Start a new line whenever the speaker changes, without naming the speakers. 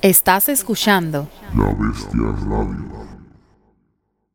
Estás escuchando
La Bestia Radio.